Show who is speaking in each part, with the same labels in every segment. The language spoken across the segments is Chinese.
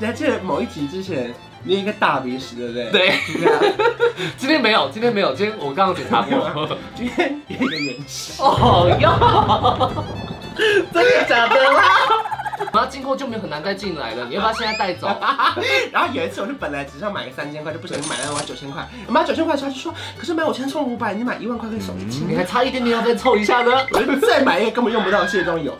Speaker 1: 你还记得某一集之前你有一个大鼻屎，对不对？
Speaker 2: 对，
Speaker 1: 对啊，
Speaker 2: 今天没有，今天没有，今天我刚刚检查过。
Speaker 1: 今 天有一个眼屎，
Speaker 2: 哦哟，
Speaker 1: 真的假的啦？
Speaker 2: 我要经过就没有很难再进来了，你要不要现在带走？
Speaker 1: 然后有一次我就本来只是要买个三千块，就不小心买了我要九千块，买九千块的时候他就说，可是买五千送五百，你买一万块可以送一千
Speaker 2: 嗯你。还差一点点要再凑一下 呢。
Speaker 1: 我就再买一个根本用不到的卸妆油。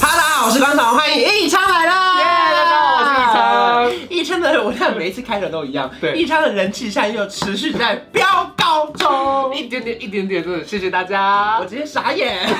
Speaker 1: 哈啦，我是关总，欢迎一昌来啦！
Speaker 2: 耶大家好我是
Speaker 1: 一昌。一昌的，我看每一次开头都一样。
Speaker 2: 对
Speaker 1: 一昌的人气现在又持续在飙高中，
Speaker 2: 一点点，一点点，真的，谢谢大家
Speaker 1: 我。直接傻 眼。所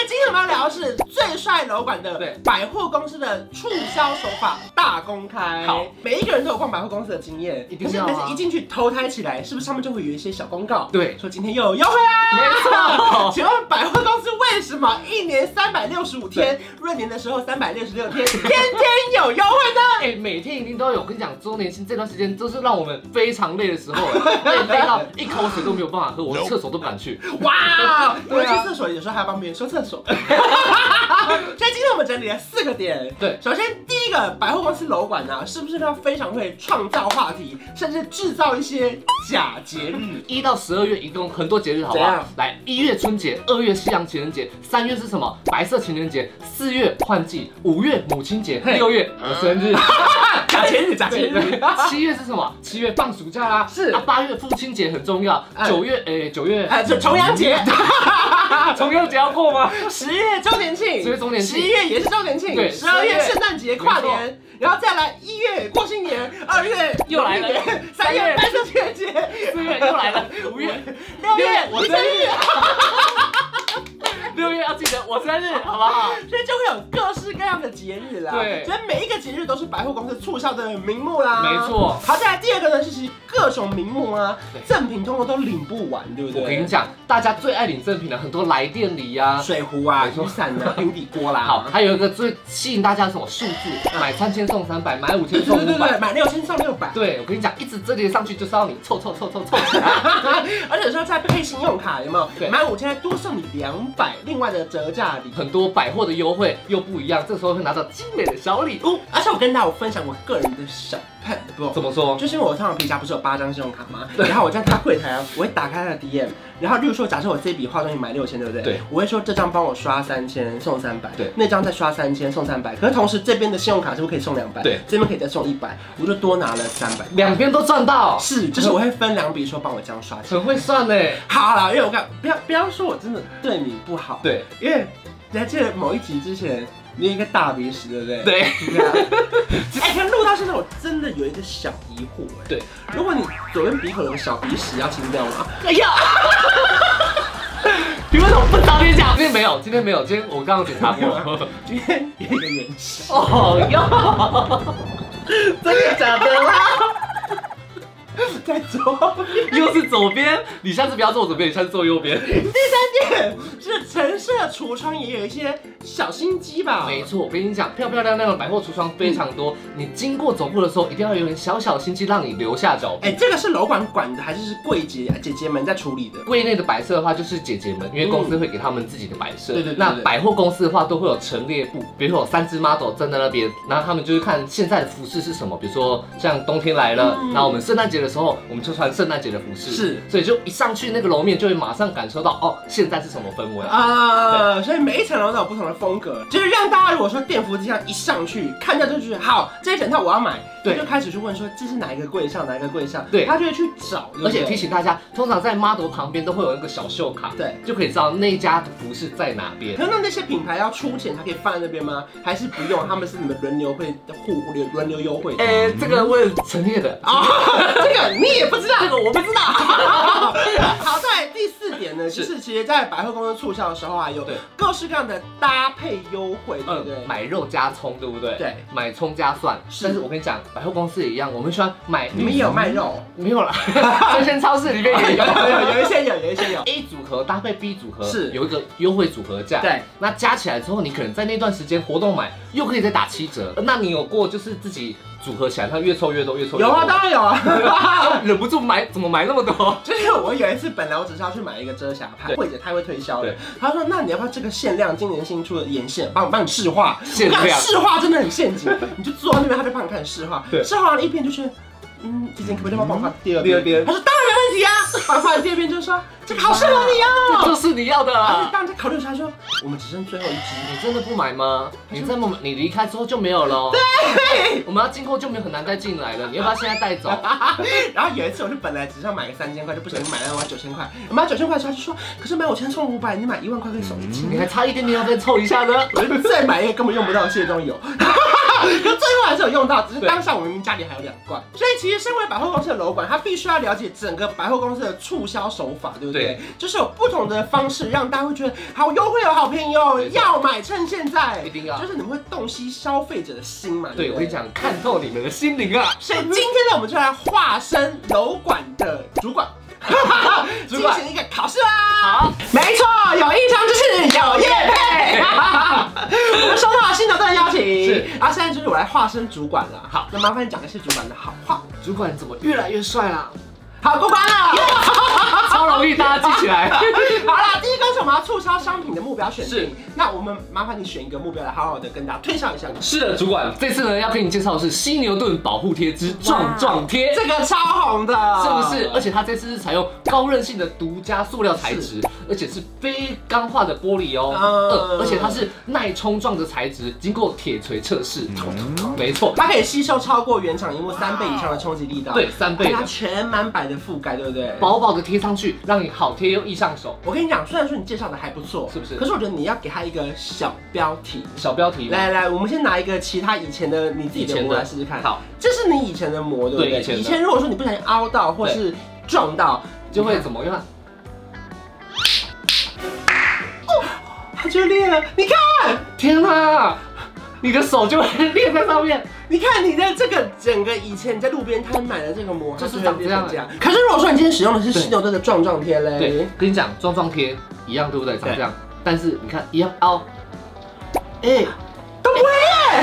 Speaker 1: 以今天我们要聊的是最帅楼管的
Speaker 2: 对
Speaker 1: 百货公司的促销手法大公开。
Speaker 2: 好，
Speaker 1: 每一个人都有逛百货公司的经验，
Speaker 2: 一定
Speaker 1: 可是
Speaker 2: 要啊
Speaker 1: 但是一进去投胎起来，是不是上面就会有一些小公告？
Speaker 2: 对
Speaker 1: 说今天又有优惠啦。
Speaker 2: 没错
Speaker 1: 请问百货公司为什么一年三百六十五天，闰年的时候三百六十六天，天天有优惠呢？
Speaker 2: 哎、每天一定都有。我跟你讲，周年庆这段时间都是让我们非常累的时候，哎累到一口水都没有办法喝，我厕所都不敢去。
Speaker 1: 哇！哦我
Speaker 2: 对啊
Speaker 1: 去厕所有时候还要帮别人收厕 所。所以今天我们整理了四个点。
Speaker 2: 对
Speaker 1: 首先第一个，百货公司楼管呢、啊，是不是要非常会创造话题，甚至制造一些假节日？
Speaker 2: 一到十二月一共很多节日，好不
Speaker 1: 怎
Speaker 2: 好
Speaker 1: 样？
Speaker 2: 来，一月春节，二月西洋情人节，三月是什么？白色情人节，四月换季，五月母亲节，
Speaker 1: 嘿
Speaker 2: 六月我生日，
Speaker 1: 假节日，假节
Speaker 2: 对
Speaker 1: 日。
Speaker 2: 对七月是什么？七月放暑假啦，
Speaker 1: 是
Speaker 2: 啊，八月父亲节很重要，
Speaker 1: 哎
Speaker 2: 九月诶九 月
Speaker 1: 呃，重重阳节，
Speaker 2: 哎重阳节要过 吗？
Speaker 1: 十月周年庆，
Speaker 2: 十月周年庆
Speaker 1: 十一月也是周年庆，
Speaker 2: 对
Speaker 1: 十二月
Speaker 2: 十二月
Speaker 1: 圣诞节跨
Speaker 2: 没
Speaker 1: 年，然后再来一月过新年，二月
Speaker 2: 又来了
Speaker 1: 农历年 三
Speaker 2: 三
Speaker 1: 月
Speaker 2: 月
Speaker 1: 白色情人节，
Speaker 2: 四月又来 了，五月
Speaker 1: 六
Speaker 2: 六
Speaker 1: 月
Speaker 2: 月
Speaker 1: 我
Speaker 2: 我
Speaker 1: 生
Speaker 2: 生
Speaker 1: 日
Speaker 2: 日， 六月要记得我生日，好不好？
Speaker 1: 所以就会有各式各样的节日啦。
Speaker 2: 对
Speaker 1: 所以每一个节日都是百货公司促销的名目啦。
Speaker 2: 没错
Speaker 1: 好，再来第二个呢，就是各种名目啊
Speaker 2: 对，
Speaker 1: 赠品通通都领不完，对不对？
Speaker 2: 我跟你讲，大家最爱领赠品的很多来电礼呀、
Speaker 1: 水壶啊，
Speaker 2: 没错
Speaker 1: 雨伞啊，平底锅啦。
Speaker 2: 好，。还有一个最吸引大家的是什么数字？买三千送三百，买五
Speaker 1: 对
Speaker 2: 千
Speaker 1: 对
Speaker 2: 送
Speaker 1: 对对
Speaker 2: 五
Speaker 1: 对，
Speaker 2: 百。
Speaker 1: 买六千送六百，
Speaker 2: 对，我跟你讲，一直这叠上去就是要你凑凑凑凑凑起来。
Speaker 1: 而且说再配信用卡有没有？
Speaker 2: 对
Speaker 1: 满五千再多送你两百，另外的折价礼。
Speaker 2: 很多百货的优惠又不一样，这时候会拿到精美的小礼物。
Speaker 1: 哦而且我跟大家分享我个人的小 p e 不，
Speaker 2: 怎么说？
Speaker 1: 就是因为我通常皮夹不是有八张信用卡吗？然后我在他柜台啊，我会打开他的 DM，然后例如说，假设我这笔化妆品买六千，对不对？
Speaker 2: 对。
Speaker 1: 我会说这张帮我刷三千送三百，
Speaker 2: 对
Speaker 1: 那张再刷三千送三百，可是同时这边的信用卡是不是可以送两百？
Speaker 2: 对，
Speaker 1: 这边可以再送一百，我就多拿了三百。
Speaker 2: 两边都赚到，
Speaker 1: 是，就是我会分两笔说帮我这样刷钱。
Speaker 2: 很会算呢。
Speaker 1: 好啦，因为我看不要不要说我真的对你不好，
Speaker 2: 对
Speaker 1: 因为你还记得某一集之前你有一个大鼻屎，对不对？。
Speaker 2: 对
Speaker 1: 哎、可是录到现在，我真的有一个小疑惑、哎。
Speaker 2: 对，
Speaker 1: 如果你左边鼻孔有个小鼻屎，要清掉吗？
Speaker 2: 哎呀， 你为什么不早点讲？今天没有，今天没有，今天我刚刚检查过。
Speaker 1: 今天有一个眼屎，
Speaker 2: 哦哟，
Speaker 1: 真的假的啦？ 在左边。
Speaker 2: 又是左边，你下次不要坐我左边，你下次坐右边。
Speaker 1: 第三点是橙色橱窗也有一些小心机吧？
Speaker 2: 没错，我跟你讲，漂漂亮亮的百货橱窗非常多，你经过走过的时候，一定要有点小小心机，让你留下脚步
Speaker 1: 哎、。这个是楼管管的，还是是柜姐姐姐们在处理的？
Speaker 2: 柜内的摆设的话，就是姐姐们，因为公司会给他们自己的摆
Speaker 1: 嗯
Speaker 2: 设。
Speaker 1: 对对对
Speaker 2: 那
Speaker 1: 对
Speaker 2: 百货公司的话，都会有陈列部，比如说有三只 model 站在那边，然后他们就是看现在的服饰是什么，比如说像冬天来了，
Speaker 1: 嗯
Speaker 2: 那、我们圣诞节的时候，我们就穿圣诞节的服饰。
Speaker 1: 是，
Speaker 2: 所以就一上去那个楼面，就会马上感受到哦，现在是什么氛围。
Speaker 1: 啊、所以每一层楼都有不同的风格，就是让大家如果说电扶梯上一上去，看到就觉得好，这一整套我要买，
Speaker 2: 对
Speaker 1: 你就开始去问说这是哪一个柜上，哪一个柜上，
Speaker 2: 对
Speaker 1: 他就会去找，对不对
Speaker 2: 而且提醒大家，通常在 model 旁边都会有一个小袖卡，
Speaker 1: 对。
Speaker 2: 就可以知道那一家的服饰在哪边。
Speaker 1: 可是那那些品牌要出钱才可以放在那边吗？还是不用？他们是你们轮流会互流轮流优惠的
Speaker 2: 哎、这个问陈列的，
Speaker 1: 啊、 这个你也不知道，
Speaker 2: 这个我不知道。
Speaker 1: 好，在第四点呢，就是其实，在百货公司促销的时候啊，有
Speaker 2: 对
Speaker 1: 各式各样的搭配优惠，对不对？
Speaker 2: 嗯，买肉加葱，对不对？
Speaker 1: 对，
Speaker 2: 买葱加蒜。
Speaker 1: 是
Speaker 2: 但是我跟你讲，百货公司也一样，我们喜欢买。
Speaker 1: 你们也有卖？肉？
Speaker 2: 没有啦，生鲜超市里面哎 也有。
Speaker 1: 有有一些有，有一些有。
Speaker 2: A 组合搭配 B 组合
Speaker 1: 是
Speaker 2: 有一个优惠组合价，
Speaker 1: 对，
Speaker 2: 那加起来之后，你可能在那段时间活动买又可以再打七折，那你有过就是自己组合起来，它越凑越多，越凑越
Speaker 1: 有
Speaker 2: 多。
Speaker 1: 啊，当 然有啊。
Speaker 2: 忍不住买，怎么买那么多？
Speaker 1: 就是我有一次，本来我只是要去买一个遮瑕盘，
Speaker 2: 对
Speaker 1: 慧姐太会推销了
Speaker 2: 对。
Speaker 1: 她说：“那你要不要这个限量今年新出的眼线，帮我帮你试画？
Speaker 2: 限量
Speaker 1: 我跟你讲试画真的很陷阱， 你就坐在那边，她就帮你开始试画。
Speaker 2: 对
Speaker 1: 试画完了一遍就是，嗯，姐姐可不可以再帮我画第二
Speaker 2: 第二
Speaker 1: 遍？
Speaker 2: 边，
Speaker 1: 她说：当然没问题啊。帮我画完第二遍就说：这个好适合你
Speaker 2: 这
Speaker 1: 哦。
Speaker 2: 就是你要的
Speaker 1: 然后
Speaker 2: 啊
Speaker 1: 就！当时考虑一下说，我们只剩最后一支。
Speaker 2: 你真的不买吗？你这么你离开之后就没有了哦。
Speaker 1: 对。
Speaker 2: 我们要经过就没有很难再进来了，你要不要现在带走？
Speaker 1: 然后有一次，我就本来只是要买个三千块，就不小心买了我要九千块。我买九千块的时候，她就说：可是买五千送五百，你买一万块可以送一千。
Speaker 2: 你还差一点点要再凑一下呢。
Speaker 1: 我就再买一个根本用不到的卸妆油， 可最后还是有用到，只是当下我明明家里还有两罐。所以其实身为百货公司的楼管，他必须要了解整个百货公司的促销手法，对不对？
Speaker 2: 对
Speaker 1: 就是有不同的方式让大家会觉得好优惠哦，好便宜哦
Speaker 2: 没，错
Speaker 1: 要买趁现在
Speaker 2: 一。定要
Speaker 1: 就。是你们会洞悉消费者的心嘛？
Speaker 2: 对，
Speaker 1: 不
Speaker 2: 我跟你。讲，看透你们的心灵啊！
Speaker 1: 所以今天呢，我们就来化身楼管的主 管，
Speaker 2: 主
Speaker 1: 进
Speaker 2: 管
Speaker 1: 行一个考试啦。
Speaker 2: 好，
Speaker 1: 没错，有印象就是有叶配。 我们收到了新的段邀请，
Speaker 2: 是
Speaker 1: 然后现在就是我来化身主管了。
Speaker 2: 好，
Speaker 1: 那麻烦你讲一些主管的好话。
Speaker 2: 主管怎么越来越帅啊啦？
Speaker 1: 好，过关了。
Speaker 2: 超容易大家记起 来。
Speaker 1: 好啦，第一个是我们要促销商品的目标选
Speaker 2: 是
Speaker 1: 定。那我们麻烦你选一个目标来好好的跟大家推销一下。
Speaker 2: 是的，主管，这次呢要跟你介绍的是犀牛盾保护贴之壮壮贴。
Speaker 1: 这个超红的，
Speaker 2: 是不是？而且它这次是采用高韧性的独家塑料材质，而且是非钢化的玻璃哦，
Speaker 1: 嗯
Speaker 2: 呃而且它是耐冲撞的材质，经过铁锤测试，
Speaker 1: 嗯
Speaker 2: 没错，
Speaker 1: 它可以吸收超过原厂荧幕三倍以上的冲击力道。
Speaker 2: 对，，三倍
Speaker 1: 被它
Speaker 2: 的，
Speaker 1: 全满版的覆盖，对不对？
Speaker 2: 薄薄的贴上去，让你好贴又易上手。
Speaker 1: 我跟你讲，虽然说你介绍的还不错，
Speaker 2: 是不是
Speaker 1: 可是我觉得你要给它一个小标题，
Speaker 2: 小标题，哦
Speaker 1: 来来，我们先拿一个其他以前的你自己
Speaker 2: 以
Speaker 1: 的
Speaker 2: 前
Speaker 1: 膜
Speaker 2: 的
Speaker 1: 来试试看。，
Speaker 2: 好，
Speaker 1: 这是你以前的膜，对不
Speaker 2: 对
Speaker 1: 对？
Speaker 2: 以前的
Speaker 1: 如果说你不小心凹到或是撞到，
Speaker 2: 就
Speaker 1: 你
Speaker 2: 会
Speaker 1: 看
Speaker 2: 怎么样？
Speaker 1: 它就裂了。你看，
Speaker 2: 天哪，你的手就会 裂在上面，
Speaker 1: 你看你的这个整个以前你在路边摊买的这个膜，
Speaker 2: 就是
Speaker 1: 它
Speaker 2: 长
Speaker 1: 会
Speaker 2: 这
Speaker 1: 变
Speaker 2: 样
Speaker 1: 成这样。可是如果说你今天使用的是
Speaker 2: 对
Speaker 1: 犀牛盾的撞撞贴嘞，
Speaker 2: 对，跟你讲，装装贴一样，对哎不对？长这样，但是你看一样哦凹，
Speaker 1: 哎，都不会裂。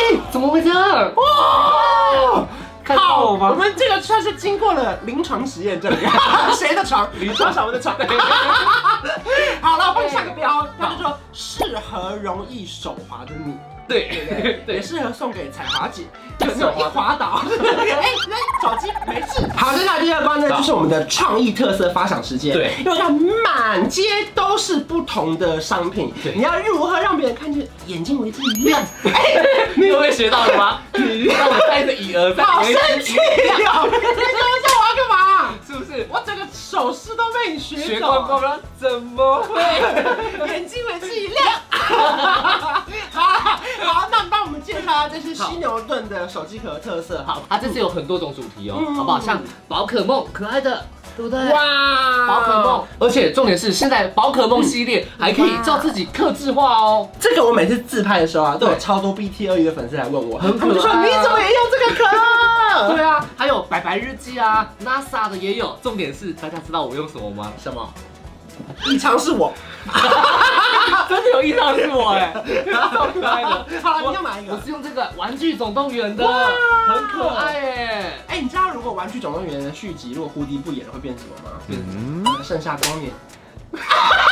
Speaker 2: 哎，怎么会这样？
Speaker 1: 哦
Speaker 2: 看到我吗
Speaker 1: 我们这个算是经过了临床实验证 明，谁的床？
Speaker 2: 临床
Speaker 1: 小文的床。 好了，我帮你下个标，他就说适合容易手滑的你，对不对
Speaker 2: 对？
Speaker 1: 也
Speaker 2: 对，
Speaker 1: 适合送给踩滑姐，就是一滑 倒，哎，那手机没事。好，接下来第二关呢，就是我们的创意特色发想时间。
Speaker 2: 对
Speaker 1: 因为它满街都是不同的商品，
Speaker 2: 对
Speaker 1: 你要如何让别人看见眼睛为之一 亮？哎，
Speaker 2: 你有没有学到了吗？你让我戴着耳耳塞，
Speaker 1: 好生气哦！你怎么知道我要干嘛？
Speaker 2: 是不是？
Speaker 1: 我整个手势都被你学
Speaker 2: 学
Speaker 1: 走了，
Speaker 2: 光光了，怎么会？
Speaker 1: 眼睛为之一亮。 好，好，那你帮我们介绍一下这是犀牛盾的手机壳特色好。
Speaker 2: 啊，这次有很多种主题哦
Speaker 1: 嗯，
Speaker 2: 好不好？像宝可梦，可爱的，对不对？
Speaker 1: 哇
Speaker 2: 宝可梦，，而且重点是现在宝可梦系列还可以照自己刻制化哦。
Speaker 1: 这个我每次自拍的时候啊，都有
Speaker 2: 对
Speaker 1: 超多 BT 二一的粉丝来问我，
Speaker 2: 很可爱啊
Speaker 1: 他们就说你怎么也用这个壳？
Speaker 2: 对啊，还有白白日记啊，NASA 的也有。重点是大家知道我用什么吗？
Speaker 1: 什么？异常是 我。
Speaker 2: 真的有遇到是我 哎，超可爱的。
Speaker 1: 好了，你要买一
Speaker 2: 我
Speaker 1: 个。
Speaker 2: 是用这个玩具总动员的，
Speaker 1: 哇
Speaker 2: 很可爱哎。
Speaker 1: 哎，你知道如果《玩具总动员》的续集如果胡迪不演了会变什么吗？
Speaker 2: 嗯
Speaker 1: 盛夏光年。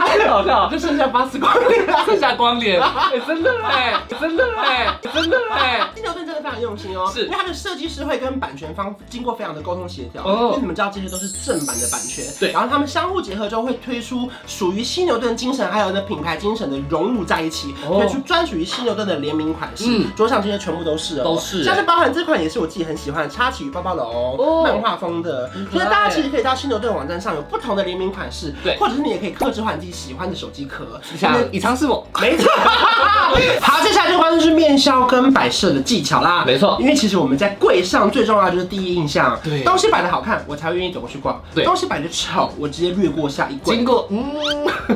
Speaker 2: 太好笑了
Speaker 1: 就剩下八十光年啊了。
Speaker 2: 剩下光脸，哎，真的哎，真的哎，真的哎。
Speaker 1: 金牛盾真的非常用心哦，
Speaker 2: 是
Speaker 1: 因为它的设计师会跟版权方经过非常的沟通协调，
Speaker 2: 哦
Speaker 1: 因为你们知道这些都是正版的版权，
Speaker 2: 对
Speaker 1: 然后他们相互结合之后会推出属于犀牛盾精神还有呢品牌精神的融入在一起，
Speaker 2: 哦
Speaker 1: 推出专属于犀牛盾的联名款式，
Speaker 2: 嗯
Speaker 1: 桌上这些全部都是哦，
Speaker 2: 都是
Speaker 1: 像是包含这款也是我自己很喜欢的插旗与包包龙，
Speaker 2: 哦
Speaker 1: 漫画风的，
Speaker 2: 可
Speaker 1: 所以
Speaker 2: 爱
Speaker 1: 大家其实可以到犀牛盾网站上有不同的联名款式，
Speaker 2: 对
Speaker 1: 或者是你也可以克制化你自己喜欢的手机壳，那
Speaker 2: 像以尝试我，
Speaker 1: 没 错。好，接下来就关注是面销跟摆设的技巧啦。
Speaker 2: 没错
Speaker 1: 因为其实我们在柜上最重要的就是第一印象，
Speaker 2: 对
Speaker 1: 东西摆的好看，我才会愿意走过去逛。
Speaker 2: 对
Speaker 1: 东西摆的丑，我直接略过下一柜。
Speaker 2: 经过嗯，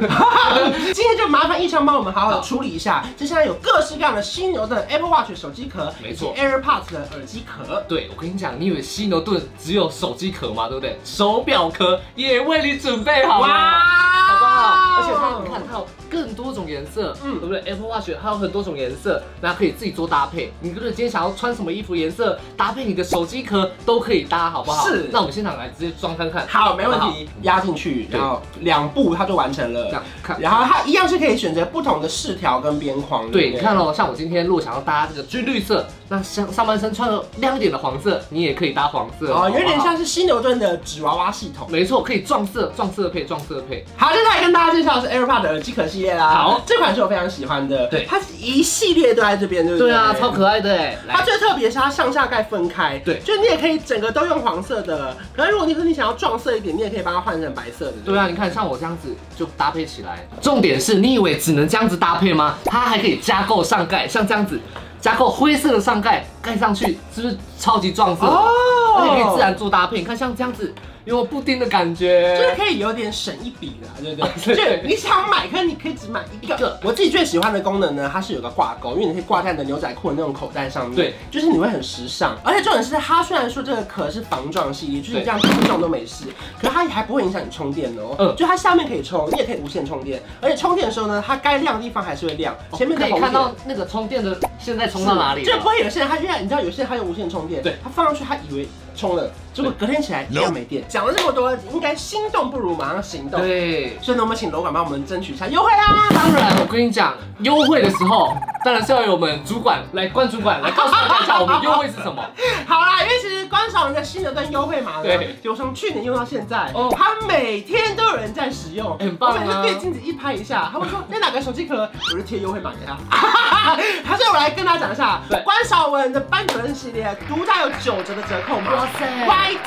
Speaker 1: 今天就麻烦印象帮我们好好处理一下。这现在有各式各样的犀牛的 Apple Watch 手机壳，
Speaker 2: 没错
Speaker 1: 以及，AirPods 的耳机壳。
Speaker 2: 对我跟你讲，你以为犀牛盾只有手机壳吗？对不对？手表壳也为你准备好了，啊
Speaker 1: 哇！哦
Speaker 2: 好不好
Speaker 1: 哇
Speaker 2: 而且它你看它有更多种颜色，
Speaker 1: 哦嗯
Speaker 2: 嗯，对不对？Apple Watch 它有很多种颜色，然后可以自己做搭配。你如果今天想要穿什么衣服颜色，搭配你的手机壳都可以搭，好不好？
Speaker 1: 是
Speaker 2: 那我们现场来直接装看看，
Speaker 1: 好，没问
Speaker 2: 好不
Speaker 1: 题，压进去，然后两步它就完成
Speaker 2: 这
Speaker 1: 了。
Speaker 2: 样看。
Speaker 1: 然后它一样是可以选择不同的饰条跟边框。
Speaker 2: 对，
Speaker 1: 不
Speaker 2: 你看哦，像我今天如果想要搭这个军绿色，那像上半身穿了亮一点的黄色，你也可以搭黄色
Speaker 1: 哦，有点。
Speaker 2: 好不好
Speaker 1: 像是犀牛顿的纸娃娃系统。
Speaker 2: 没错，可以撞色，撞色配，撞色配。
Speaker 1: 好，接下来跟大家介绍的是 AirPod 耳机壳系列啦。
Speaker 2: 好，
Speaker 1: 这款是我非常喜欢的。
Speaker 2: 对
Speaker 1: 它一系列都在这边，对不对？
Speaker 2: 对啊，超。可爱的哎。
Speaker 1: 它
Speaker 2: 来，
Speaker 1: 最特别是它上下盖分开，
Speaker 2: 对
Speaker 1: 就是你也可以整个都用黄色的，可是如果你说你想要撞色一点，你也可以把它换成白色的。
Speaker 2: 对
Speaker 1: 啊，
Speaker 2: 啊，你看像我这样子就搭配起来。重点是你以为只能这样子搭配吗？它还可以加购上盖，像这样子加购灰色的上盖，盖上去是不是超级撞色？
Speaker 1: 哦，
Speaker 2: 而且可以自，然做搭配。你看像这样子，有布丁的感觉。
Speaker 1: 就是可以有点省一笔啦， 对不
Speaker 2: 啊
Speaker 1: 对？
Speaker 2: 对
Speaker 1: 就是你想买，可是你可以只买一
Speaker 2: 一
Speaker 1: 个
Speaker 2: 个。
Speaker 1: 我自己最喜欢的功能呢，它是有个挂钩，因为你可以挂在你的牛仔裤的那种口袋上面，
Speaker 2: 对，
Speaker 1: 就是你会很时尚。而且重点是，它虽然说这个壳是防撞系列，就是你
Speaker 2: 对
Speaker 1: 这样冲撞都没事，可是它还不会影响你充电哦。
Speaker 2: 嗯
Speaker 1: 就它下面可以充，你也可以无线充电，而且充电的时候呢，它该亮的地方还是会亮。前面
Speaker 2: 哦可
Speaker 1: 的
Speaker 2: 以
Speaker 1: 红
Speaker 2: 看
Speaker 1: 点
Speaker 2: 到那个充电的现在充到哪里
Speaker 1: 就不
Speaker 2: 了。
Speaker 1: 会有些人他现在你知道有些人他有无线充电，
Speaker 2: 对，
Speaker 1: 他放上去他以为充了，结果隔天起来一样没电。讲了这么多，应该心动不如马上行动。
Speaker 2: 对。
Speaker 1: 所以呢，我们请楼管帮我们争取一下优惠啊啦！
Speaker 2: 当然，我跟你讲，优惠的时候，当然是要由我们主管来，关主管来告诉大家我们优惠是什么。
Speaker 1: 好啦，因为其实观赏人的新的段优惠码呢
Speaker 2: 对，
Speaker 1: 就从去年用到现在
Speaker 2: 哦，
Speaker 1: 它每天都有人在使用，
Speaker 2: 很棒啊
Speaker 1: 我每次对镜子一拍一下，他会说那哪个手机壳，我就贴优惠码给他。 还是我来跟大家讲一下
Speaker 2: 对，
Speaker 1: 观赏文的班主任系列独家有九折的折扣码。
Speaker 2: 塞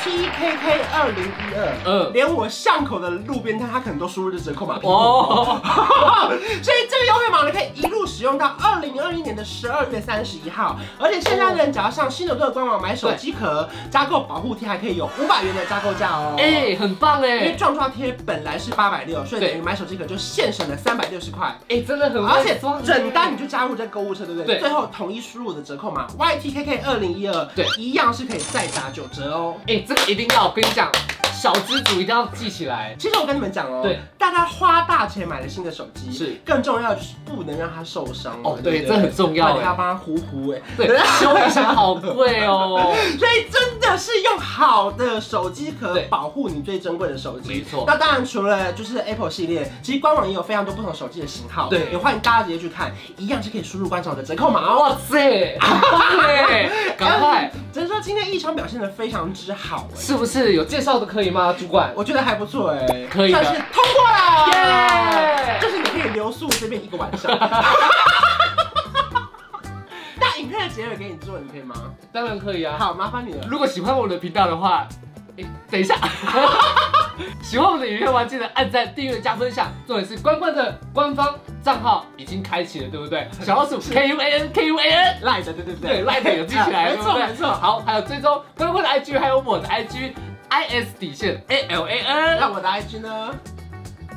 Speaker 1: YTKK 二零一二，嗯
Speaker 2: 嗯，
Speaker 1: 连我巷口的路边摊，他可能都输入这折扣码屏幕
Speaker 2: 哦，
Speaker 1: 所以这个优惠码呢，可以一路使用到二零二一年的十二月三十一号。而且现
Speaker 2: 哦
Speaker 1: 在人只要上新牛顿的官网买手机壳，加购保护贴还可以有五百元的加购价哦。哎，
Speaker 2: 哎，很棒
Speaker 1: 因为
Speaker 2: 哎，
Speaker 1: 撞撞贴本来是八百六，所以
Speaker 2: 对
Speaker 1: 等于买手机壳就现省了三百六十块。
Speaker 2: 哎，真的很，
Speaker 1: 而且整单你就加入这购物车，对不对？
Speaker 2: 对
Speaker 1: 最后统一输入我的折扣码 YTKK 二零一二，
Speaker 2: 对
Speaker 1: 一样是可以再打九折哦。
Speaker 2: 哎，这个一定要，我跟你讲，小资主一定要记起来。
Speaker 1: 其实我跟你们讲哦，
Speaker 2: 对，
Speaker 1: 大家花大钱买了新的手机，
Speaker 2: 是
Speaker 1: 更重要的是不能让它受伤嘛
Speaker 2: 哦，对，
Speaker 1: 不
Speaker 2: 这很重要
Speaker 1: 不然你要
Speaker 2: 哎。
Speaker 1: 帮它呼呼哎，
Speaker 2: 对，修一下好贵哦。
Speaker 1: 所以真的是用好的手机壳
Speaker 2: 对
Speaker 1: 保护你最珍贵的手机。
Speaker 2: 没错
Speaker 1: 那当然，除了就是 Apple 系列，其实官网也有非常多不同手机的型号，
Speaker 2: 对
Speaker 1: 也欢迎大家直接去看，一样是可以输入官场的折扣码哦。
Speaker 2: 哇塞，很棒哎，赶快，
Speaker 1: 嗯！只能说今天异常表现的非常之好哎，
Speaker 2: 是不是有介绍的可以吗，主管？
Speaker 1: 我觉得还不错哎，
Speaker 2: 可以的
Speaker 1: 算是通过了，
Speaker 2: 耶
Speaker 1: 就是你可以留宿这边一个晚 上。那影片的结尾给你做，你可以吗？
Speaker 2: 当然可以啊。
Speaker 1: 好，麻烦你了。
Speaker 2: 如果喜欢我的频道的话，哎、等一下， 喜欢我的影片的话，记得按赞、订阅、加分享。重点是关关的官方账号已经开启了，对不对？小老鼠 K U A N K U A N。
Speaker 1: 赖着，对对对，
Speaker 2: 对 l i k 有记起来，
Speaker 1: 啊没错
Speaker 2: 对不对
Speaker 1: 没错
Speaker 2: 好，还有追踪关关的 IG，还有我的 IG I S 底线 A L A
Speaker 1: 那
Speaker 2: N，
Speaker 1: 我的 IG 呢？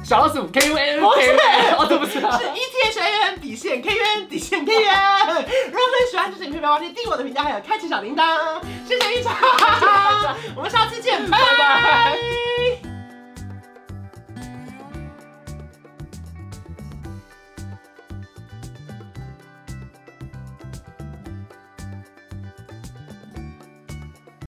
Speaker 2: 小老鼠 K U A N
Speaker 1: 不是
Speaker 2: K U A N，哦，对不起啊
Speaker 1: 是 E ETHAN 底线 KUN 底线 KUN。如果你喜欢这支影片，别忘记订阅我的评价，还有 开启小铃铛。谢谢一场，我们下次见，拜
Speaker 2: 拜
Speaker 1: 拜
Speaker 2: 拜。